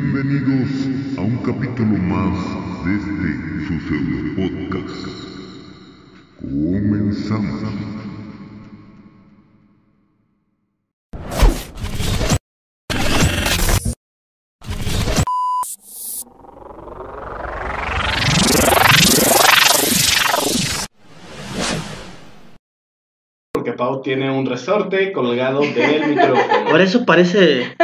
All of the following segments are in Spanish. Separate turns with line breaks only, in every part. Bienvenidos a un capítulo más de este su pseudo podcast. Comenzamos.
porque Pau tiene un resorte colgado del micrófono.
Por eso parece.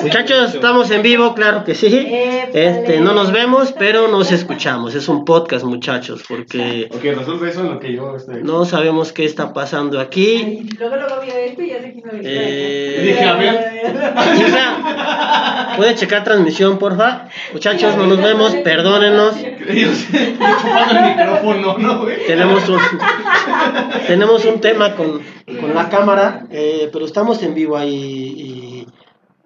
Muchachos,
Sí.
estamos en vivo, claro que sí.
Épale.
Este, no nos vemos, pero nos escuchamos. Es un podcast, muchachos, porque
Ok, resulta eso en lo que yo estoy.
no sabemos qué está pasando aquí.
Ay, Luego, luego vio esto y ya se quiso gritar.
Eh,
acá.
dije, a
Hija, ¿puede checar transmisión, porfa? Muchachos, no nos vemos, perdónenos.
Yo sé, yo chupando el micrófono, ¿no, güey?
Tenemos un, tenemos un tema con, con la cámara, eh, pero estamos en vivo ahí. y,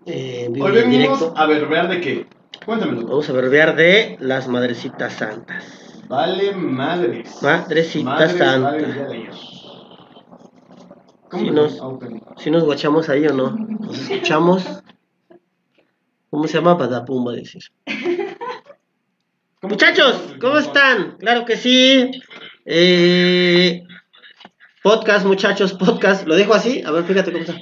eh, en vivo
Hoy
y en
venimos
directo. Oh.
a verbear de qué. Cuéntamelo.
Vamos a verbear de las madrecitas santas.
Vale madres.
Madrecita
Madres,
santa.
vale, ya leí. ¿Cómo
Sí,
que-
nos-
Ah, perdón.
Si nos guachamos ahí o no. Nos escuchamos. ¿Cómo se llama? Patapumba, decir.
¿Cómo-
Muchachos, ¿cómo están? Claro que sí. Eh, podcast, muchachos, podcast. ¿Lo dejo así? A ver, fíjate cómo está.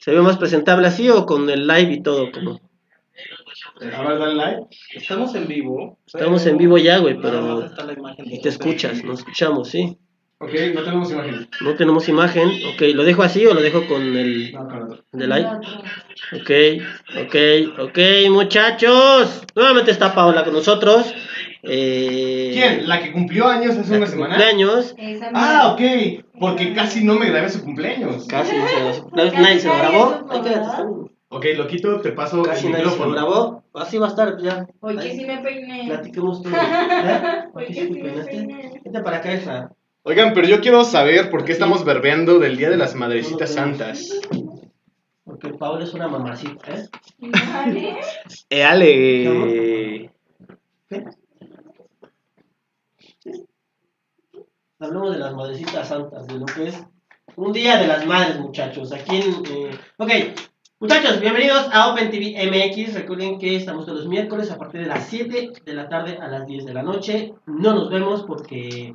¿Se ve más presentable así o con el live y todo? Como?
A ver, dale like.
Estamos en vivo.
Estamos
pero
en vivo ya, güey,
nada más
pero
está la imagen de
te
José.
escuchas, nos escuchamos, ¿sí?
Ok, no tenemos imagen.
No tenemos imagen. Ok, ¿lo dejo así o lo dejo con el
No, con otro.
del live? Ok, ok, ok, muchachos. Nuevamente está Paola con nosotros. Eh,
¿Quién? ¿La que cumplió años hace
la
una
que
semana?
Cumpleaños.
Esa
Ah,
mía.
ok. Porque casi no me grabé su cumpleaños.
Casi no se lo grabó.
Casi
Nadie se lo
nadie
grabó.
supo,
Ahí quédate,
¿verdad?
tú.
Ok, lo quito, te paso
Casi
el
nadie se lo
micrófono.
grabó. Así va a estar ya.
Hoy que
Ahí,
sí me peiné.
Platiquemos tú. ¿Eh?
Hoy
¿Por qué
que
sí te
sí me
peinaste?
peiné.
Vente para acá, esa.
Oigan, pero yo quiero saber por qué estamos verbeando del Día de las Madrecitas Santas.
Porque Paola es una mamacita, ¿eh?
Vale.
Eh,
Eale. Hablemos de las madrecitas santas, de lo que es un día de las madres, muchachos. Aquí en. eh, Ok, muchachos, bienvenidos a Open TV MX. Recuerden que estamos todos los miércoles a partir de las 7 de la tarde a las 10 de la noche. No nos vemos porque.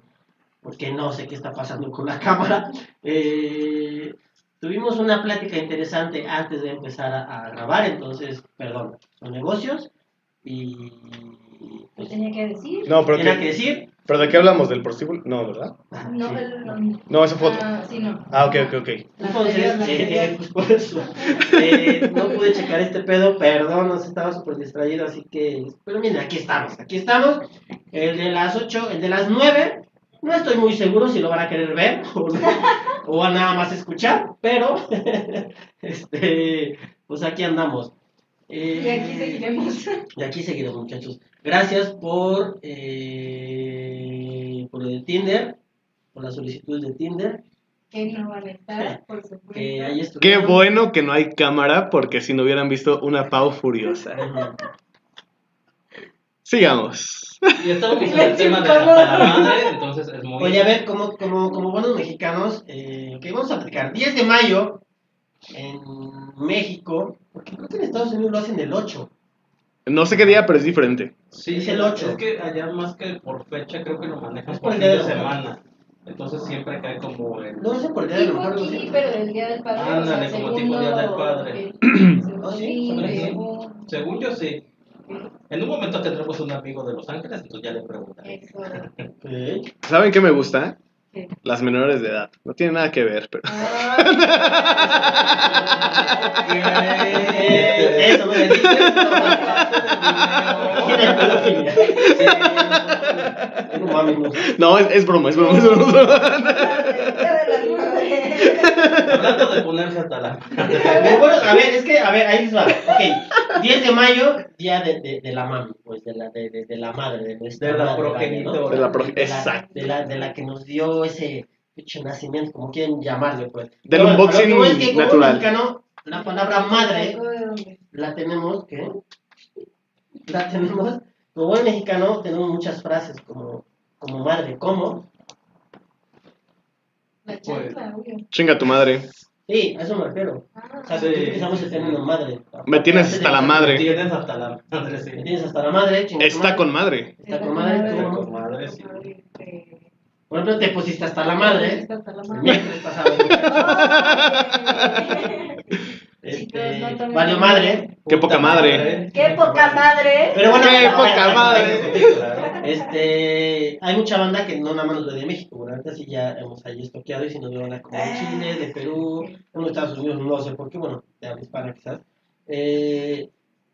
Porque no sé qué está pasando con la cámara. Eh, Tuvimos una plática interesante antes de empezar a, a grabar, entonces, perdón, son negocios y
Lo
pues,
tenía que decir.
No, pero,
tenía que
que,
decir.
pero ¿de qué hablamos? ¿Del prostíbulo? No, ¿verdad?
Ah,
No,
sí.
el- no.
No, esa fue otra.
Ah, sí, no.
Ah, ok, ok, ok.
La
Entonces,
anterior, la
eh,
anterior.
pues por eso, eh, no pude checar este pedo, perdón, nos estaba súper distraído, así que, pero miren, aquí estamos, aquí estamos, el de las 8, el de las 9, no estoy muy seguro si lo van a querer ver o, no, o van nada más a escuchar, pero, este, pues aquí andamos. Eh,
Y aquí seguiremos.
y aquí seguido, muchachos. Gracias por, eh, por lo de Tinder, por la solicitud de Tinder.
Que no van a estar, por
Que
supuesto.
Eh, ahí
Qué
estuvieron.
bueno que no hay cámara, porque si no hubieran visto una Pau furiosa.
Ajá.
Sigamos.
Y estábamos en el tema de la, de la madre, entonces es muy.
Oye, a ver, como, como, como buenos mexicanos, eh, ok, vamos a platicar. 10 de mayo en México, porque creo que en Estados Unidos lo hacen el 8.
No sé qué día, pero es diferente.
sí,
es el ocho.
Es que allá más que por fecha, creo que lo manejan
Es
por
por
fin
día de
de
la
semana. Entonces siempre cae como el.
No lo hacen por el día de
Tipo
los muertos, ¿sí?
aquí, pero del Día del Padre. o sea,
Ándale, como tipo
segundo-
Día del Padre.
Segundo
Ah, sí,
fin,
por eso.
segundo-
Según yo, sí. En un momento tendremos un amigo de Los Ángeles, entonces ya le preguntaré.
Eso.
Ok.
¿Saben qué me gusta?
¿Qué?
Las menores de edad. No tiene nada que ver, pero.
Ah. Eh, Eso no le dije. Tiene pedofilia. No mames, no.
No, es, es broma, es broma, es broma.
Hablando de ponerse hasta la.
Me acuerdo, a ver, es que, a ver, ahí les va. Ok, 10 de mayo, día de, de, de la mami, pues de la, de, de, de la madre, de nuestra
De la
madre, vaya,
progenitora.
¿no?
De la pro-
la-
Exacto.
De la, de la que nos dio ese pinche nacimiento, como quieren llamarle, pues.
Del
Pero,
unboxing
a lo que voy es que como
natural.
mexicano, la palabra madre la tenemos, ¿qué? La tenemos, como buen mexicano, tenemos muchas frases como, como madre, como. Pues,
La chancla, obvio.
Chinga tu madre.
Sí, a eso me refiero. O sea,
Ah,
Sí.
utilizamos el término madre.
Me tienes hasta la madre.
Tienes hasta la madre, sí.
Me tienes hasta la madre, chingada
Está
madre.
con madre.
Está con madre,
Está
tú.
con madre, sí.
este,
Por ejemplo, te pusiste hasta la madre.
está hasta la
El
madre.
miércoles pasado.
Chicos, no
Este,
tomen
valió
la
madre.
Qué poca madre.
¡Qué poca madre!
Pero bueno,
Qué
ya,
poca
ya, ya,
madre.
ya, ya, ya.
Claro.
Este, hay mucha banda que no nada más nos ve de México, la neta sí ya hemos ahí estoqueado y si nos ven como de Chile, de Perú, uno de Estados Unidos, no sé por qué, bueno, de habla hispana quizás. Eh,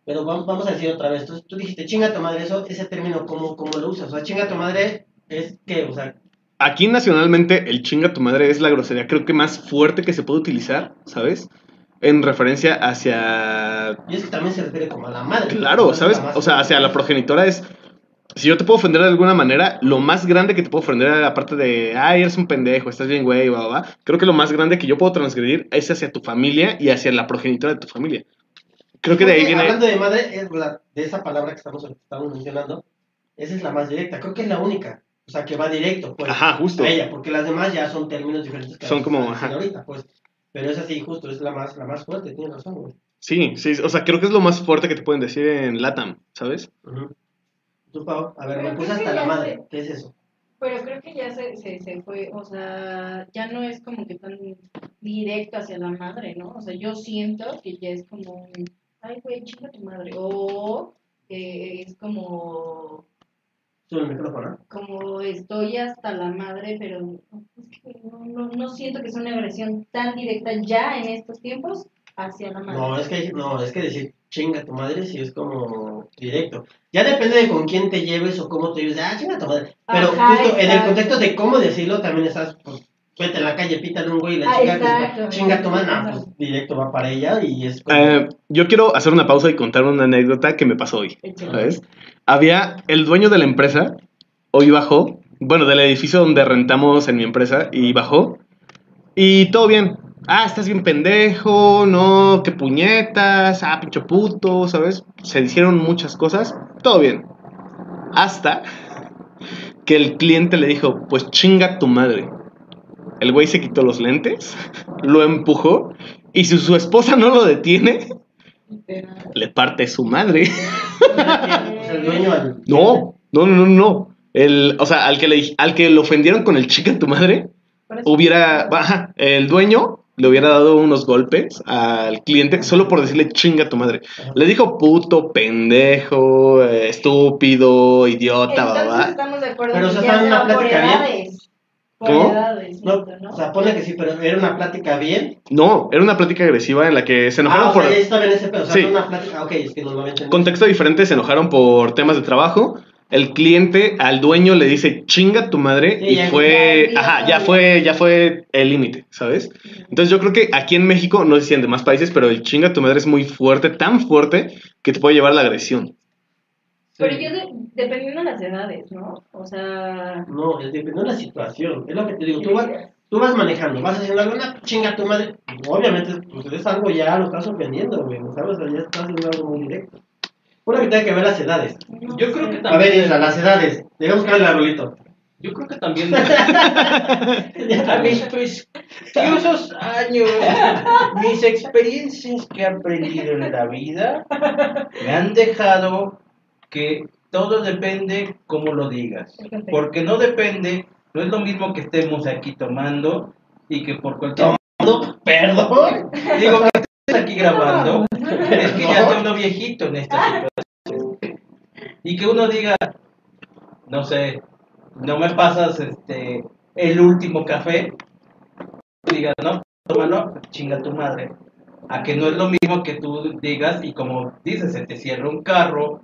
pero vamos, vamos a decir otra vez, tú, tú dijiste chinga tu madre, eso, ese término, ¿cómo, ¿cómo lo usas? O sea, chinga tu madre es que, o sea,
Aquí nacionalmente el chinga tu madre es la grosería creo que más fuerte que se puede utilizar, ¿sabes? En referencia hacia...
y es que también se refiere como a la madre.
Claro, ¿sabes?
Nada más.
O sea, hacia la progenitora es... Si yo te puedo ofender de alguna manera, lo más grande que te puedo ofender, aparte de, ay, eres un pendejo, estás bien, güey, va, va, va", creo que lo más grande que yo puedo transgredir es hacia tu familia y hacia la progenitora de tu familia. Creo que de ahí
Porque
viene...
Hablando de madre, es la- de esa palabra que estamos, estamos mencionando, esa es la más directa, creo que es la única, o sea, que va directo, pues.
Ajá, justo.
a ella, porque las demás ya son términos diferentes. que
Son
las
como,
están diciendo
ajá.
ahorita, pues. Pero es así, justo, es la más, la más fuerte, tienes razón, güey.
Sí, sí, o sea, creo que es lo más fuerte que te pueden decir en Latam, ¿sabes?
Tú, Pau, a ver,
Pero
me
creo
puse
que
hasta
ya
la madre,
sé.
¿qué es eso?
Pero creo que ya se, se, se fue, o sea, ya no es como que tan directo hacia la madre, ¿no? O sea, yo siento que ya es como, un, ay, güey, chinga tu madre. O eh, es como,
Sube el micrófono.
como estoy hasta la madre, pero es que no, no, no siento que sea una agresión tan directa ya en estos tiempos hacia la madre.
No, es que, no, es que decir chinga tu madre si es como directo. Ya depende de con quién te lleves o cómo te lleves, ah, chinga tu madre. Pero
Ajá,
justo en el
exacto.
contexto de cómo decirlo, también estás, pues, vete a la calle, pítale un güey y la
Ah,
chica, que
exacto.
está, chinga tu madre, no, pues directo va para ella y es como...
Eh, yo quiero hacer una pausa y contar una anécdota que me pasó hoy. ¿sabes? Había el dueño de la empresa, hoy bajó, bueno, del edificio donde rentamos en mi empresa, y bajó, y todo bien. Ah, estás bien pendejo, no, qué puñetas, ah, pinche puto, ¿sabes? Se dijeron muchas cosas, todo bien. Hasta que el cliente le dijo, pues chinga tu madre. El güey se quitó los lentes, lo empujó, y si su esposa no lo detiene, le parte su madre.
pues, el dueño al-
No, no, no, no, no. El, o sea, al que, le, dij- al que lo ofendieron con el chica tu madre,
Por eso-
hubiera, ajá, el dueño le hubiera dado unos golpes al cliente solo por decirle chinga tu madre. Le dijo puto, pendejo, eh, estúpido, idiota,
Entonces
babá.
estamos de acuerdo
Pero, o sea,
que
está
ya
en una
sea por
plática bien.
edades.
por
¿Cómo?
edades,
No,
siento, ¿no?
o sea, ponle que sí, pero era una plática bien.
No, era una plática agresiva en la que se enojaron
Ah, o
por...
sea, ya está bien ese pedo. O sea,
Sí.
era una plática. ah, Ok, es que no lo había entendido.
contexto diferente, se enojaron por temas de trabajo. El cliente al dueño le dice chinga tu madre
Sí,
y
ya
fue,
ya,
ajá,
ya, ya.
ya fue, ya fue el límite, ¿sabes? Entonces yo creo que aquí en México, no sé si en demás países, pero el chinga tu madre es muy fuerte, tan fuerte que te puede llevar a la agresión.
Pero yo, de- dependiendo de las edades, ¿no? O sea...
No, es dependiendo de la situación. Es lo que te digo. Tú vas, tú vas manejando, vas haciendo algo, una chinga tu madre. Obviamente, pues es algo ya, lo estás ofendiendo, güey. ¿Sabes? O sea, ya estás haciendo algo muy directo. Una que tenga que ver las edades.
no
Yo creo que
sé.
A ver,
también.
Isla, las edades. Dejemos caer el arbolito.
Yo creo que también.
Ya
A mis preciosos años, mis experiencias que he aprendido en la vida me han dejado que todo depende cómo lo digas.
El contexto.
Porque no depende, no es lo mismo que estemos aquí tomando y que por cualquier.
No, perdón.
Digo que estemos aquí grabando, es que ya está uno viejito en esta situación. Y que uno diga, no sé, no me pasas este el último café, diga, no, tómalo, chinga tu madre. A que no es lo mismo que tú digas y como dices, se te cierra un carro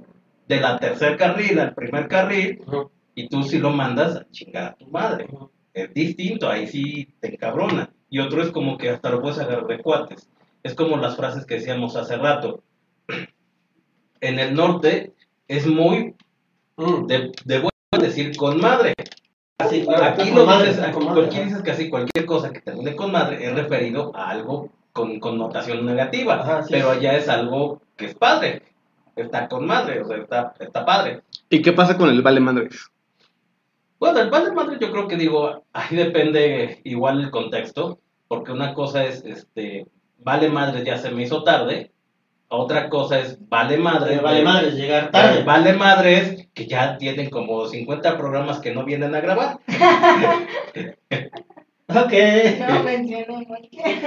de la tercer carril al primer carril
Ujú.
y tú sí lo mandas a chingar a tu madre. Es distinto, ahí sí te encabrona. Y otro es como que hasta lo puedes agarrar de cuates. Es como las frases que decíamos hace rato. En el norte es muy
Mm,
de, de bueno decir con madre.
Ah, sí, claro,
Aquí
está
lo
con madre,
dices,
está
aquí
con madre,
cualquier,
ajá.
dices casi cualquier cosa que termine con madre es referido a algo con connotación negativa,
Ajá, sí,
pero
sí.
allá es algo que es padre, está con madre, o sea, está, está padre.
¿Y qué pasa con el vale madres?
Bueno, el padre madre yo creo que digo, ahí depende igual el contexto, Porque una cosa es, este, vale madre, ya se me hizo tarde. Otra cosa es, vale madre. eh,
Pero Eh, vale madre llegar tarde.
Vale madre es que ya tienen como 50 programas que no vienen a grabar.
Ok.
No me entiendo muy bien.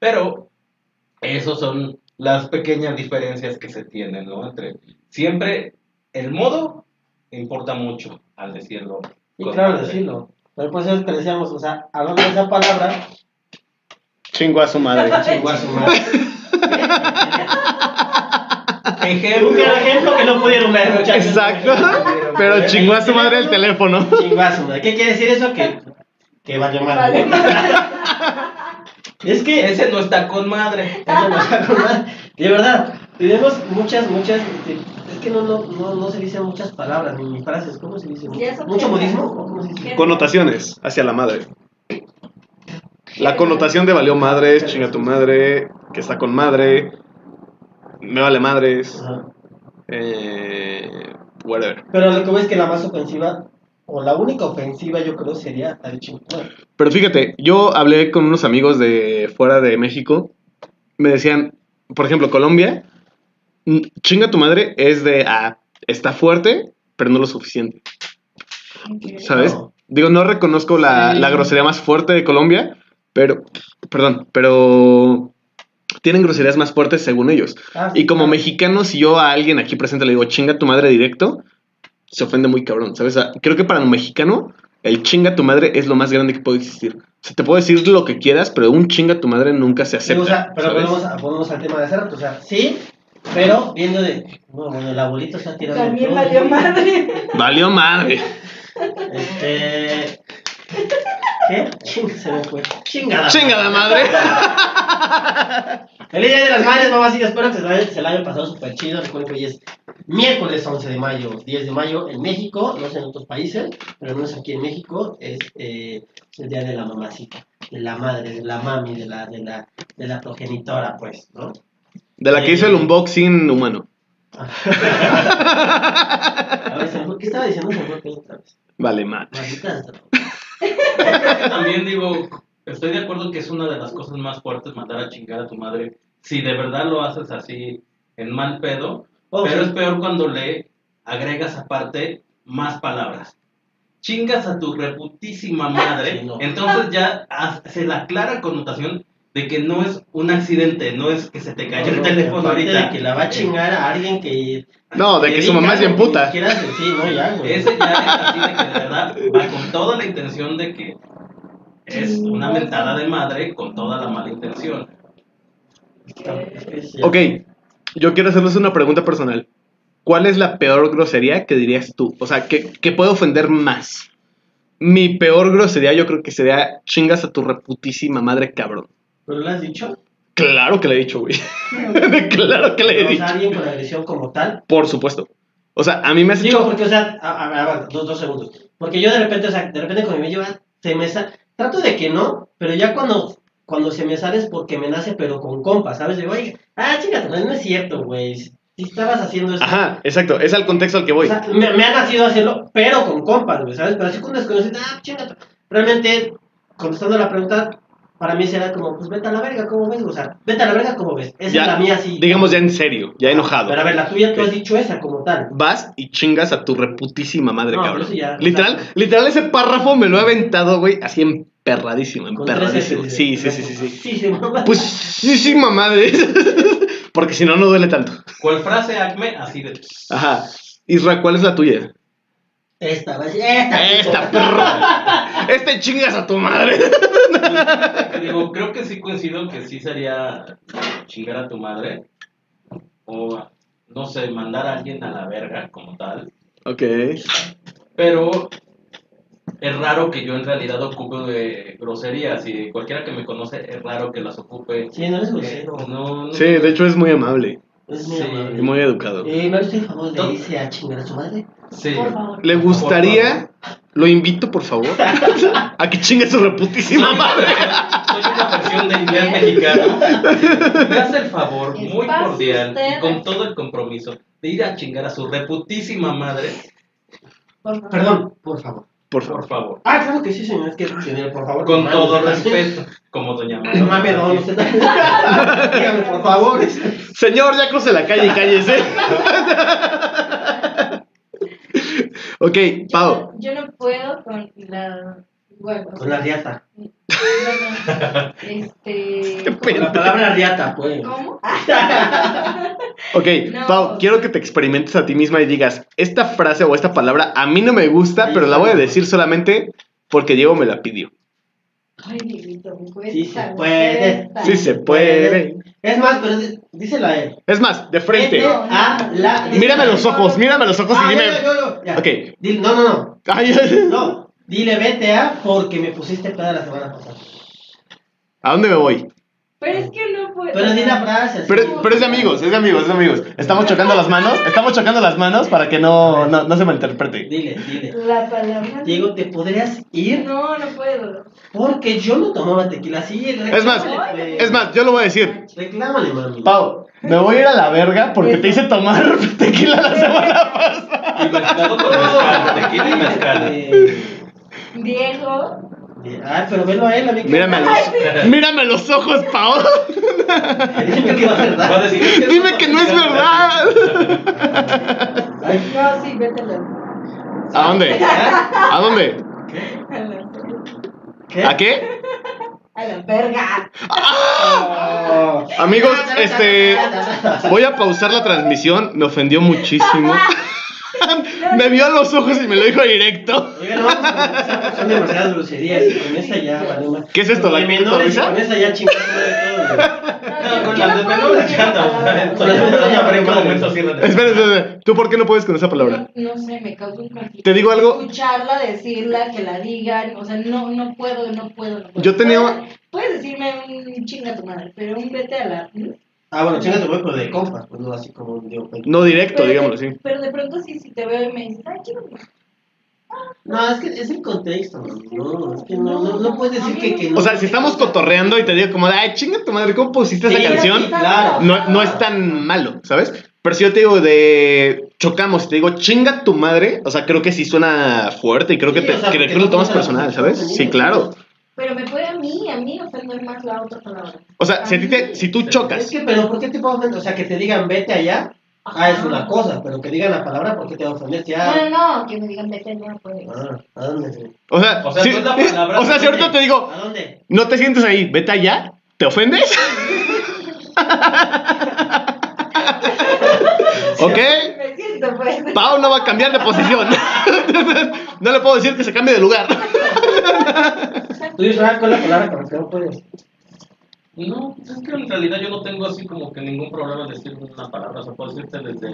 Pero esas son las pequeñas diferencias que se tienen, ¿no? Entre siempre el modo importa mucho al decirlo.
Y
con
claro,
madre.
decirlo. Pero pues es que decíamos, o sea, hablando de esa palabra,
Chingo a su madre.
Este,
chingó a su madre.
Ejemplo.
Un gran ejemplo que no pudieron ver, muchachos.
Exacto. Pero chingó a su madre el teléfono.
Chingó a su madre. ¿Qué quiere decir eso? Que, que valió madre.
Vale madre.
Es que
Ese no está con madre.
Eso nos va a acordar. De verdad, tenemos muchas, muchas. este, es que no, no, no, no se dicen muchas palabras ni frases. ¿Cómo se dice?
Sí, eso
¿Mucho
pienso.
budismo? ¿O cómo se dice?
Connotaciones hacia la madre. La connotación de valió madres, chinga tu madre, que está con madre, me vale madres,
Ajá.
eh, whatever.
Pero lo que ves es que la más ofensiva, o la única ofensiva, yo creo, sería la de chingón.
Pero fíjate, yo hablé con unos amigos de fuera de México. Me decían, por ejemplo, Colombia, mm, chinga tu madre es de, ah, está fuerte, pero no lo suficiente, ¿sabes?
No.
Digo, no reconozco la,
Sí.
la grosería más fuerte de Colombia, pero, perdón, pero tienen groserías más fuertes según ellos.
Ah, sí,
Y como
claro.
mexicano, si yo a alguien aquí presente le digo, chinga tu madre directo, se ofende muy cabrón, ¿sabes? O sea, creo que para un mexicano, el chinga tu madre es lo más grande que puede existir. O sea, te puedo decir lo que quieras, pero un chinga tu madre nunca se
Sí,
acepta.
o sea, pero
¿sabes?
volvemos, a- volvemos al tema de hace rato. O sea, sí, pero viendo de. No, bueno, el abuelito está tirando.
También
todo.
valió madre.
Valió madre.
Este. ¿Qué? Ching, se me fue. Chingada.
Chinga la madre.
Feliz Día de las Madres, mamacitas. Espero que se la, hayan- se la hayan pasado súper chido. Recuerden que hoy es miércoles 11 de mayo, 10 de mayo en México. No sé en otros países, pero al menos aquí en México es eh, el Día de la Mamacita, de la madre, de la mami, de la, de la, de la progenitora, pues, ¿no?
De la que hizo el unboxing humano.
A ver, se me fue- ¿qué estaba diciendo? Se me fue que otra vez.
Vale madre.
Malditas.
También digo, estoy de acuerdo que es una de las cosas más fuertes mandar a chingar a tu madre. Si de verdad lo haces así, en mal pedo,
Oh,
Pero es
sí.
peor cuando le agregas aparte más palabras. Chingas a tu reputísima madre.
Ah, Sí, no.
Entonces ya has- se la clara connotación de que no es un accidente, no es que se te cayó el
No,
teléfono
aparte
ahorita. eh.
de que la va a chingar a alguien que.
No, de que su mamá es bien puta.
Quieras sí, no, ya, güey.
Ese ya es así de que de verdad va con toda la intención de que es una mentada de madre con toda la mala intención.
Sí.
Ok, yo quiero hacerles una pregunta personal. ¿Cuál es la peor grosería que dirías tú? O sea, ¿qué, qué puede ofender más? Mi peor grosería yo creo que sería chingas a tu reputísima madre cabrón.
¿Pero lo has dicho?
Claro que le he dicho, güey. claro que le he
O sea,
dicho.
alguien con agresión como tal.
Por supuesto. O sea, a mí me has
Digo,
hecho...
porque, o sea, a, a- a- a- dos, dos segundos. Porque yo de repente, o sea, de repente cuando me lleva, se me sa- Trato de que no, pero ya cuando, cuando se me sale es porque me nace, pero con compas, ¿sabes? Digo, oye, ah, chingate, no es cierto, güey. Si estabas haciendo eso.
Ajá, exacto. Es al contexto al que
O
voy.
sea, me, me ha nacido hacerlo, pero con compas, güey, ¿sabes? Pero así con desconocidos, ah, chingate. Realmente, contestando la pregunta, para mí será como, pues vete a la verga, ¿cómo ves? O sea, vete a la verga, ¿cómo ves? Esa
Ya,
es la mía, sí.
Digamos ya en serio, ya enojado.
Pero a ver, la tuya tú
Ok.
has dicho esa como tal.
Vas y chingas a tu reputísima madre
No,
cabrón.
eso ya-
literal, literal ese párrafo me lo he aventado, güey, así emperradísimo,
Con tres
emperradísimo.
Fs,
Sí, sí,
¿no?
sí, sí, sí.
Sí, sí, mamá.
Pues sí, sí, madre. Porque si no, no duele tanto.
¿Cuál frase acme? Así de.
Ajá. Isra, ¿cuál es la tuya?
Esta, güey, esta.
Esta, perro. Este chingas a tu madre.
Digo, creo que sí coincido que sí sería chingar a tu madre. O, no sé, mandar a alguien a la verga como tal.
Ok.
Pero es raro que yo en realidad ocupe de groserías. Y cualquiera que me conoce es raro que las ocupe.
Sí, no eres
Eh,
grosero.
no, no.
Sí, de hecho es muy amable
Es muy
Sí.
y
amable.
muy educado.
Eh, me gusta el favor
No.
de irse a chingar a su madre.
sí.
Por favor.
¿Le gustaría? Lo invito, por favor, a que chingue a su reputísima madre.
Soy una versión de inglés mexicano. Me hace el favor muy
Espacio
cordial y
usted.
con todo el compromiso de ir a chingar a su reputísima madre.
Por favor.
Perdón, por favor.
Por
Por
favor.
favor.
Ah, claro que sí, señor. Es que, señor, por favor.
Con
no
todo
mames,
respeto, como doña María.
No mames, don. Usted Dígame, por favor.
Señor, ya cruce la calle y cállese. ok,
Yo,
Pau.
no- yo no puedo con la. Bueno, o
Con la
sea,
riata.
no, no, Este.
Con la palabra riata, pues.
¿Cómo?
Ok,
No.
Pau, quiero que te experimentes a ti misma y digas, esta frase o esta palabra a mí no me gusta,
Sí,
pero la voy a
claro.
decir solamente porque Diego me la pidió.
Ay, Dieguito, me cuesta.
Sí se
me
puede.
cuesta.
Sí se puede.
Es más, pero dí- díselo a él.
Es más, de frente.
Vete a la...
Mírame a los ojos, mírame a los ojos
Ah,
y
yo,
pues, dime.
yo, yo, ya.
Ok.
Dile- no, no, no.
Ay,
No. Dile, vete a porque me pusiste peda la semana pasada.
¿A dónde me voy?
Pero es que no puedo.
Pero di la frase. así.
Pero, pero es de amigos, es de amigos, es de amigos. Estamos chocando las manos, estamos chocando las manos para que no, no, no se malinterprete.
Dile, dile.
La palabra.
Diego, ¿te podrías ir?
No, no puedo.
Porque yo no tomaba tequila. Sí, reclámale,
Es más,
pues.
Es más, yo lo voy a decir.
Reclámale, mami.
Pau, me voy a ir a la verga porque te hice tomar tequila la semana pasada.
Y mezclado con mezcal, tequila y mezcal.
Eh,
Diego.
Ay, pero velo a él, amigo.
Mírame a los, mírame a los ojos, Pau.
Dime que no es
Va a
verdad.
decir, "Es que
Dime que no es verdad.
Ay,
No, sí, vete a la.
¿A dónde? ¿A dónde?
A la,
¿Qué?
¿A qué?
a la verga.
Oh.
Amigos, este. Voy a pausar la transmisión. Me ofendió muchísimo. Me vio a los ojos y me lo dijo directo.
Oigan, no, vamos a empezar, porque son demasiadas groserías y con esa ya, vale más.
¿Qué es esto, la
Con menores y
cotorriza?
con esa ya chingada de todo. güey.
No,
con
yo
las
no
de
puedo
menores
decir
ya
la
no.
palabra.
Con las de menores ya para en qué momento cierran el-
Espera, espera, espera. ¿Tú por qué no puedes con esa palabra?
No, no sé, me causa un conflicto.
Te digo algo.
Escucharla, decirla, que la digan. O sea, no, no puedo, no puedo. No puedo.
Yo tenía.
Puedes, puedes decirme un chinga tu madre, pero un vete a la. ¿Mm?
Ah, bueno, chinga tu cuerpo de compas, pues no así como un dios.
No directo,
Pero de-
digámoslo así.
Pero de pronto sí, si te veo y me dices, ay, chinga tu madre.
No, es que es el contexto, mami, no, es que no, no, no puedes decir que, que no.
O sea, si estamos cotorreando y te digo como, de, ay, chinga tu madre, ¿cómo pusiste
Sí,
esa canción?
Claro.
No, no es tan malo, ¿sabes? Pero si yo te digo de chocamos y te digo chinga tu madre, o sea, creo que sí suena fuerte y creo que,
Sí,
te,
o sea,
que-
porque
creo que lo
no
tomas
tomas
personal,
las
¿sabes?
cosas,
Sí,
¿no?
claro.
Pero me puede a mí, a mí ofender más la otra palabra.
O sea, si, a ti te- si tú
Es
chocas,
que, pero ¿por qué te va a ofender? O sea, que te digan vete allá, ah, es una cosa, pero que digan la palabra, ¿por qué te va a ofender? Ya.
No, no, no, que me digan vete, no pues. puedes.
Ah, ¿a dónde?
o sea,
O sea,
si,
no es la palabra,
o sea, si
¿dónde?
ahorita te digo,
¿A dónde?
no te sientes ahí, vete allá, ¿te ofendes? ok,
Me siento, pues.
Pau no va a cambiar de posición. no le puedo decir que se cambie de lugar.
Tú Israel con la palabra con la que no puedes.
No, pues es que en realidad yo no tengo así como que ningún problema en decir una palabra. O sea, puedo decirte desde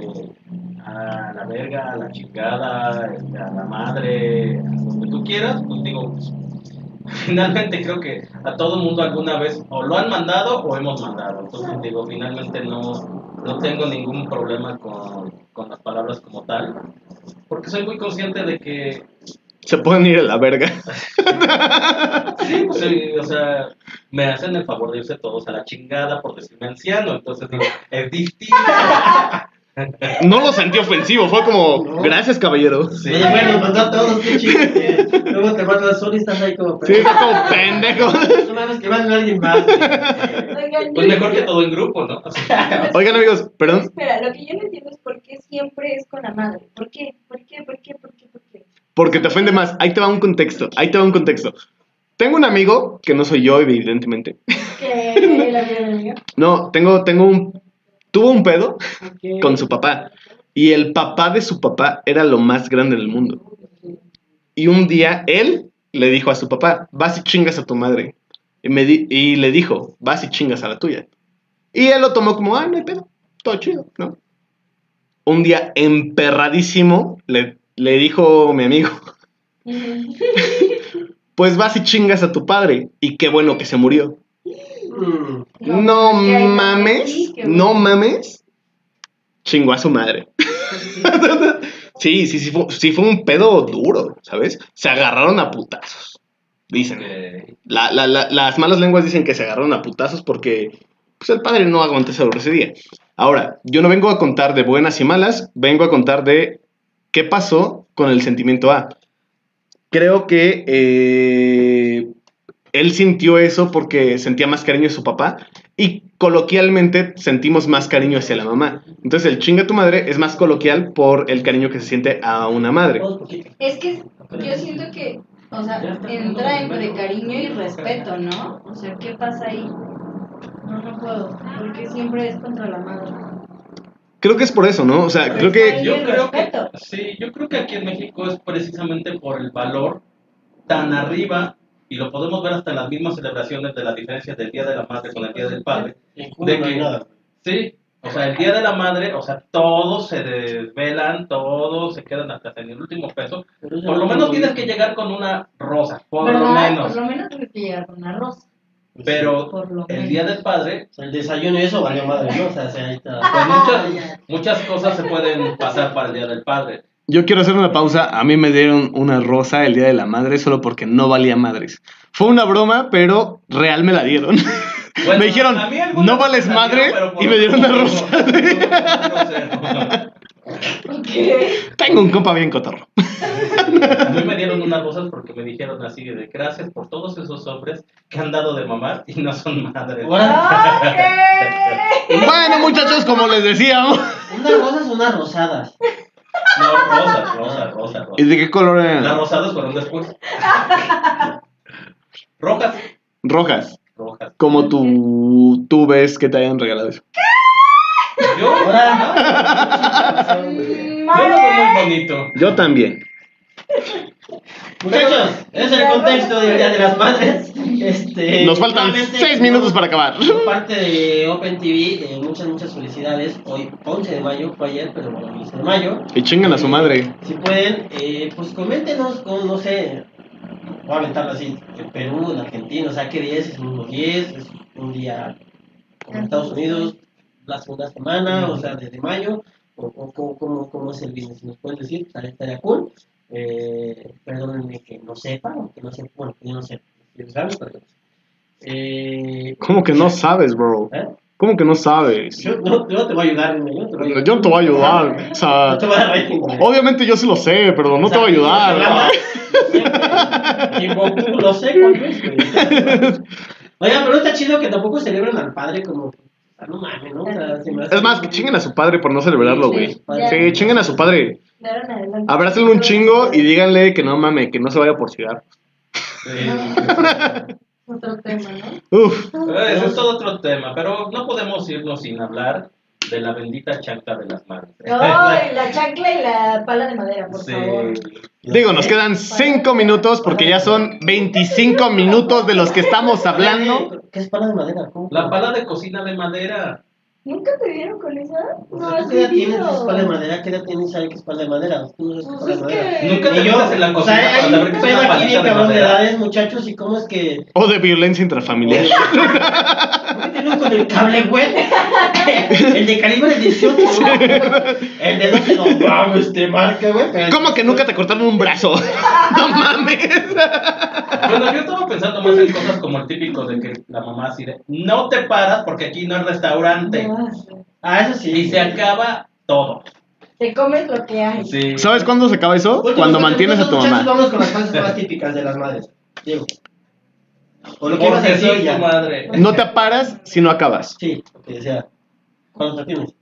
a la verga, a la chingada, este, a la madre, a lo que tú quieras. Pues digo, pues, finalmente creo que a todo mundo alguna vez o lo han mandado o hemos mandado. Entonces digo, finalmente no, no tengo ningún problema con, con las palabras como tal. Porque soy muy consciente de que
Se pueden ir a la verga.
Sí, pues, sí, o sea, me hacen el favor de irse todos a la chingada por decirme anciano, entonces digo, es distinto.
No lo sentí ofensivo, fue como,
No.
gracias caballero.
Sí,
Oye, bueno,
pues,
mandó a todos, qué chido. eh. Luego te mandas solo y estás ahí como.
Sí, está como pendejo.
No mames, que manden a alguien más.
Oigan,
pues
yo-
mejor que todo en grupo, ¿no? Así,
Oigan amigos, perdón.
Espera, lo que yo no entiendo es por qué siempre es con la madre. ¿Por qué? ¿Por qué? ¿Por qué? ¿Por qué? ¿Por qué?
Porque te ofende más. Ahí te va un contexto. Ahí te va un contexto. Tengo un amigo, que no soy yo, evidentemente.
Que la vida de amiga.
No, tengo, tengo un. Tuvo un pedo con su papá. Y el papá de su papá era lo más grande del mundo. Y un día él le dijo a su papá: Vas y chingas a tu madre. Y, me di- y le dijo: Vas y chingas a la tuya. Y él lo tomó como: Ah, no hay pedo. Todo chido, ¿no? Un día emperradísimo le, le dijo mi amigo: Pues vas y chingas a tu padre. Y qué bueno que se murió.
Mm.
No
pues, que hay
mames,
también, que-
no mames. Chingó a su madre. Sí, sí, sí fue, sí fue un pedo duro, ¿sabes? Se agarraron a putazos. Dicen.
que-
La- la- la- las malas lenguas dicen que se agarraron a putazos porque pues, el padre no aguantó esa grosería. Ahora, yo no vengo a contar de buenas y malas, vengo a contar de qué pasó con el sentimiento A. creo que eh, él sintió eso porque sentía más cariño de su papá y coloquialmente sentimos más cariño hacia la mamá. Entonces el chinga tu madre es más coloquial por el cariño que se siente a una madre.
Todos poquito.
Es que es- yo siento que, o sea, entra entre cariño y respeto, ¿no? O sea, ¿qué pasa ahí? No, no puedo, porque siempre es contra la madre.
Creo que es por eso, ¿no? O sea, creo que...
Yo
Yo
creo
creo que-
respeto.
Sí, yo creo que aquí en México es precisamente por el valor tan arriba, y lo podemos ver hasta en las mismas celebraciones de la diferencia del Día de la Madre con el Día del Padre.
En Cuba
¿De
no hay
qué?
nada.
Sí, o sea, el Día de la Madre, o sea, todos se desvelan, todos se quedan hasta en el último peso.
Pero eso
Por
no
lo
es
menos
como-
tienes que llegar con una rosa, por
¿Verdad?
lo menos.
Por lo menos tienes que llegar con arroz.
Pero
Por lo
el
menos.
Día del Padre,
O sea, el desayuno y eso valió madre, ¿no? O sea, ahí está.
pues
ya.
muchas, muchas cosas se pueden pasar para el Día del Padre.
Yo quiero hacer una pausa. A mí me dieron una rosa el Día de la Madre solo porque no valía madres. Fue una broma, pero real me la dieron.
Bueno,
me dijeron,
a mí algunas
no vales
me la
madre,
dieron, pero por-
y me dieron una rosa. Tengo un compa bien cotorro.
A mí me dieron unas rosas porque me dijeron así de gracias por todos esos hombres que han dado de mamar y no son madres.
Ahora,
Ok.
Bueno, muchachos, como les decíamos.
Unas rosas, unas rosadas.
No, rosas, rosas, rosas,
¿Y
rosas.
de qué color
Las
eran?
rosadas fueron después. Rojas,
Rojas.
rojas.
Como tú, tú ves que te hayan regalado eso.
Yo,
ahora.
yo lo veo
Madre.
muy bonito.
Yo también.
Muchachos, ese es el contexto del Día de las Madres.
Eh,
Este,
Nos faltan
nuevamente,
seis minutos para acabar.
Por parte de Open TV, eh, muchas, muchas felicidades. Hoy, 11 de mayo, fue ayer, pero bueno, 11 de mayo.
Y chingan a su madre.
Si pueden, eh, pues coméntenos con, no sé, voy a aventarlo así, en Perú, en Argentina, o sea, ¿qué día es? ¿Es el mismo 10? ¿Es un día como en Estados Unidos, la segunda semana, o sea, desde mayo? ¿O, o cómo, cómo- cómo es el business? Si nos pueden decir, estaría, estaría cool. Eh, perdónenme que no sepa, o que no sepa, bueno, que yo no sé, yo no sabe, pero... Eh,
¿Cómo que no sabes, bro?
¿eh?
¿Cómo que no sabes?
Yo no, yo no te voy a ayudar, niño, yo no te voy a ayudar.
Yo no te voy a ayudar. O
No
sea,
te voy a dar rating, güey.
obviamente yo sí lo sé, pero no te voy a ayudar.
Tipo, tú lo sé cuál es, güey. Oiga, pero está chido que tampoco celebran al padre como. ah, No mames, ¿no? O sea, se me hace-
Es más, que chinguen a su padre por no celebrarlo, güey.
Ya.
Sí, chinguen a su padre.
Daron adelante.
Abrácenlo un chingo y díganle que no mames, que no se vaya por cigarro.
Otro tema, ¿no?
Uf,
Eh, Eso es todo otro tema, pero no podemos irnos sin hablar de la bendita chancla de las madres.
Ah,
No, y la chancla y la pala de madera, por
Sí.
favor.
digo, nos quedan 5 minutos porque ya son 25 minutos de los que estamos hablando.
¿Qué es pala de madera? ¿Cómo?
La pala de cocina de madera.
¿Nunca te vieron con esa? No, es
¿Qué edad tienes? ¿Qué es pala de
vivido.
madera? ¿Qué edad tienes ahí que es pala de madera? Tú no sabes
Pues
qué es pala de madera.
es que.
Nunca te
Y yo,
metas en la
o
cocina
sea,
para
hay
saber
un
que es
pedo
una
aquí
palita
bien
de
cabrón de
madera.
edades, muchachos, y cómo es que.
O de violencia intrafamiliar.
¿Por qué tienes con el cable, güey? El de calibre 18, ¿no? El de 12, no mames, te marca, güey. pero-
¿Cómo que nunca te cortaron un brazo? No mames.
Bueno, yo estaba pensando más en cosas como el típico de que la mamá así de, no te paras porque aquí no es restaurante.
Ah, eso sí.
Y se acaba todo.
Te comes lo que hay.
Sí.
¿Sabes cuándo se acaba eso?
Últimos
Cuando
cuatro
mantienes a tu
minutos, muchachos,
mamá.
Vamos con las frases más típicas de las madres. Diego. O lo que ibas a
Porque
decir
soy tu
ya.
madre.
No te paras si no acabas.
Sí, lo que decía. ¿Cuándo te tienes?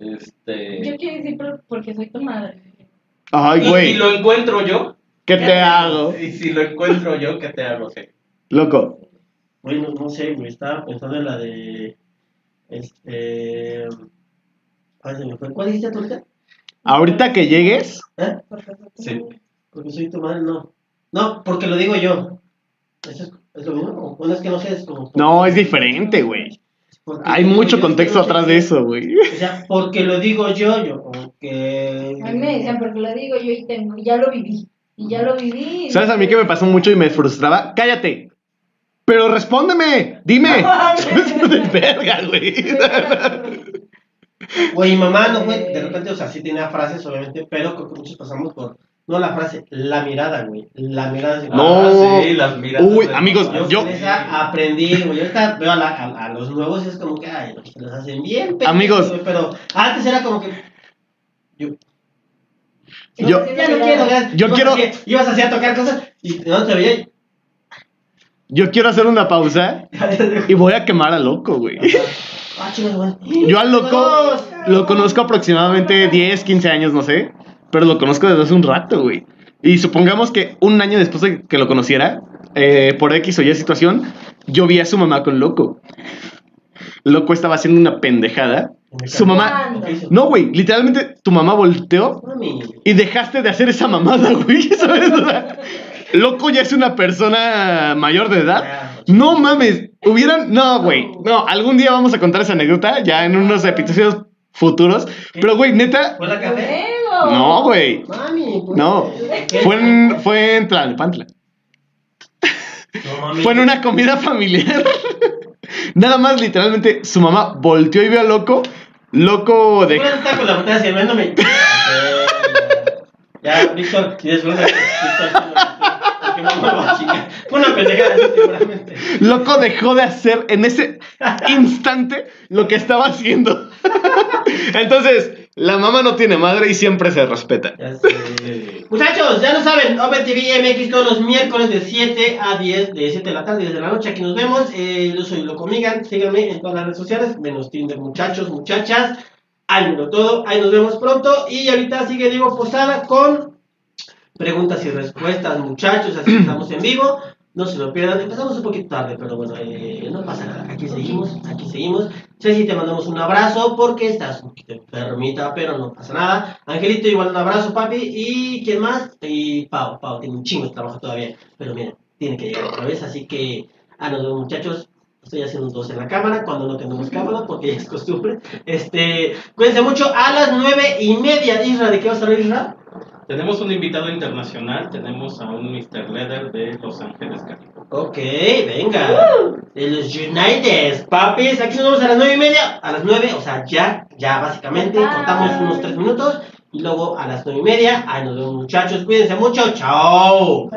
Este.
Yo quiero decir por- porque soy tu madre.
Ay,
Y si
güey,
lo encuentro yo,
¿qué te hago?
y si lo encuentro yo, ¿qué te hago? Sí.
Loco,
Güey, no, no sé, güey. Estaba pensando en la de. Este. Ay, se me fue. ¿Cuál dijiste tú ahorita?
ahorita que llegues,
¿Eh?
Porque soy tu
Sí.
madre.
Porque soy tu madre, no. No, porque lo digo yo. ¿Eso es, es lo mismo? Bueno, es que no sé, es como.
no, es diferente, güey.
porque
Hay
lo digo
mucho
yo,
contexto
no sé
atrás
qué.
de eso, güey.
O sea, porque lo digo yo, yo. Porque.
A mí me decían, porque lo digo yo y tengo, y ya lo viví. Y ya lo viví. y-
¿Sabes a mí que me pasó mucho y me frustraba? ¡Cállate! Pero respóndeme, dime. Verga, güey.
Güey, mamá no fue, de repente, o sea, sí tenía frases, obviamente, pero creo que muchos pasamos por, no la frase, la mirada, güey, la mirada. así, ah,
No.
Ah, sí, las miradas
Uy,
de
amigos,
mamá.
Yo,
yo-
con esa aprendí, güey, ahorita veo a, la- a- a los nuevos y es como que, ay, los, los hacen bien. pendejos,
Amigos.
güey, pero antes era como que, yo,
Yo-
Ya no quiero, gracias.
Yo
Ibas
quiero-
así- Ibas así a tocar cosas y no te veía. y-
Yo quiero hacer una pausa y voy a quemar a loco, güey.
Ah, chicos, bueno.
Yo al loco
Dos.
lo conozco aproximadamente 10, 15 años, no sé. Pero lo conozco desde hace un rato, güey. Y supongamos que un año después de que lo conociera, eh, por X o Y situación, yo vi a su mamá con loco. Loco estaba haciendo una pendejada. Su mamá.
¿Cuándo?
No, güey, literalmente tu mamá volteó
Mami.
y dejaste de hacer esa mamada, güey. ¿sabes? O sea, loco ya es una persona mayor de edad. No mames, hubieran. No, güey. No, algún día vamos a contar esa anécdota ya en unos episodios futuros. Pero, güey, neta.
¿Fue la café?
¡Huevo!
No, güey.
Mami. pues.
No. Fue en, fue en Tlalnepantla.
No mames.
Fue en una comida familiar. Nada más, literalmente, su mamá volteó y vio a loco. Loco de.
Bueno, está con la botella sirviéndome. Ya, Víctor, y después de que no me va a chingar. Fue una pendejada, sí, seguramente.
Loco dejó de hacer en ese instante lo que estaba haciendo. Entonces, la mamá no tiene madre y siempre se respeta.
Ya sé.
Muchachos, ya lo saben, Open TV MX todos los miércoles de 7 a 10, de 7 de la tarde y 10 de la noche. Aquí nos vemos. Eh, yo soy Loco Migan. Síganme en todas las redes sociales, menos Tinder, muchachos, muchachas. Álmelo todo. Ahí nos vemos pronto. Y ahorita sigue Diego Posada con preguntas y respuestas, muchachos. Así que estamos en vivo. No se lo pierdan. Empezamos un poquito tarde, pero bueno, eh, no pasa nada. Aquí seguimos, aquí seguimos. Ceci, te mandamos un abrazo porque estás un poquito enfermita, pero no pasa nada. Angelito, igual un abrazo, papi. ¿Y quién más? Y Pau, Pau, tiene un chingo de trabajo todavía. Pero mira, tiene que llegar otra vez, así que a los muchachos. Estoy haciendo dos en la cámara cuando no tenemos cámara porque ya es costumbre. Este, cuídense mucho a las nueve y media. Isra, ¿de qué vas a hablar, Isra?
Tenemos un invitado internacional, tenemos a un Mr. Leather de Los Ángeles, California.
Ok, venga. De los United, papis. Aquí nos vemos a las nueve y media. A las nueve, o sea, ya, ya básicamente.
Bye.
Contamos unos tres minutos. Y luego a las nueve y media. Ahí nos vemos, muchachos. Cuídense mucho. Chao.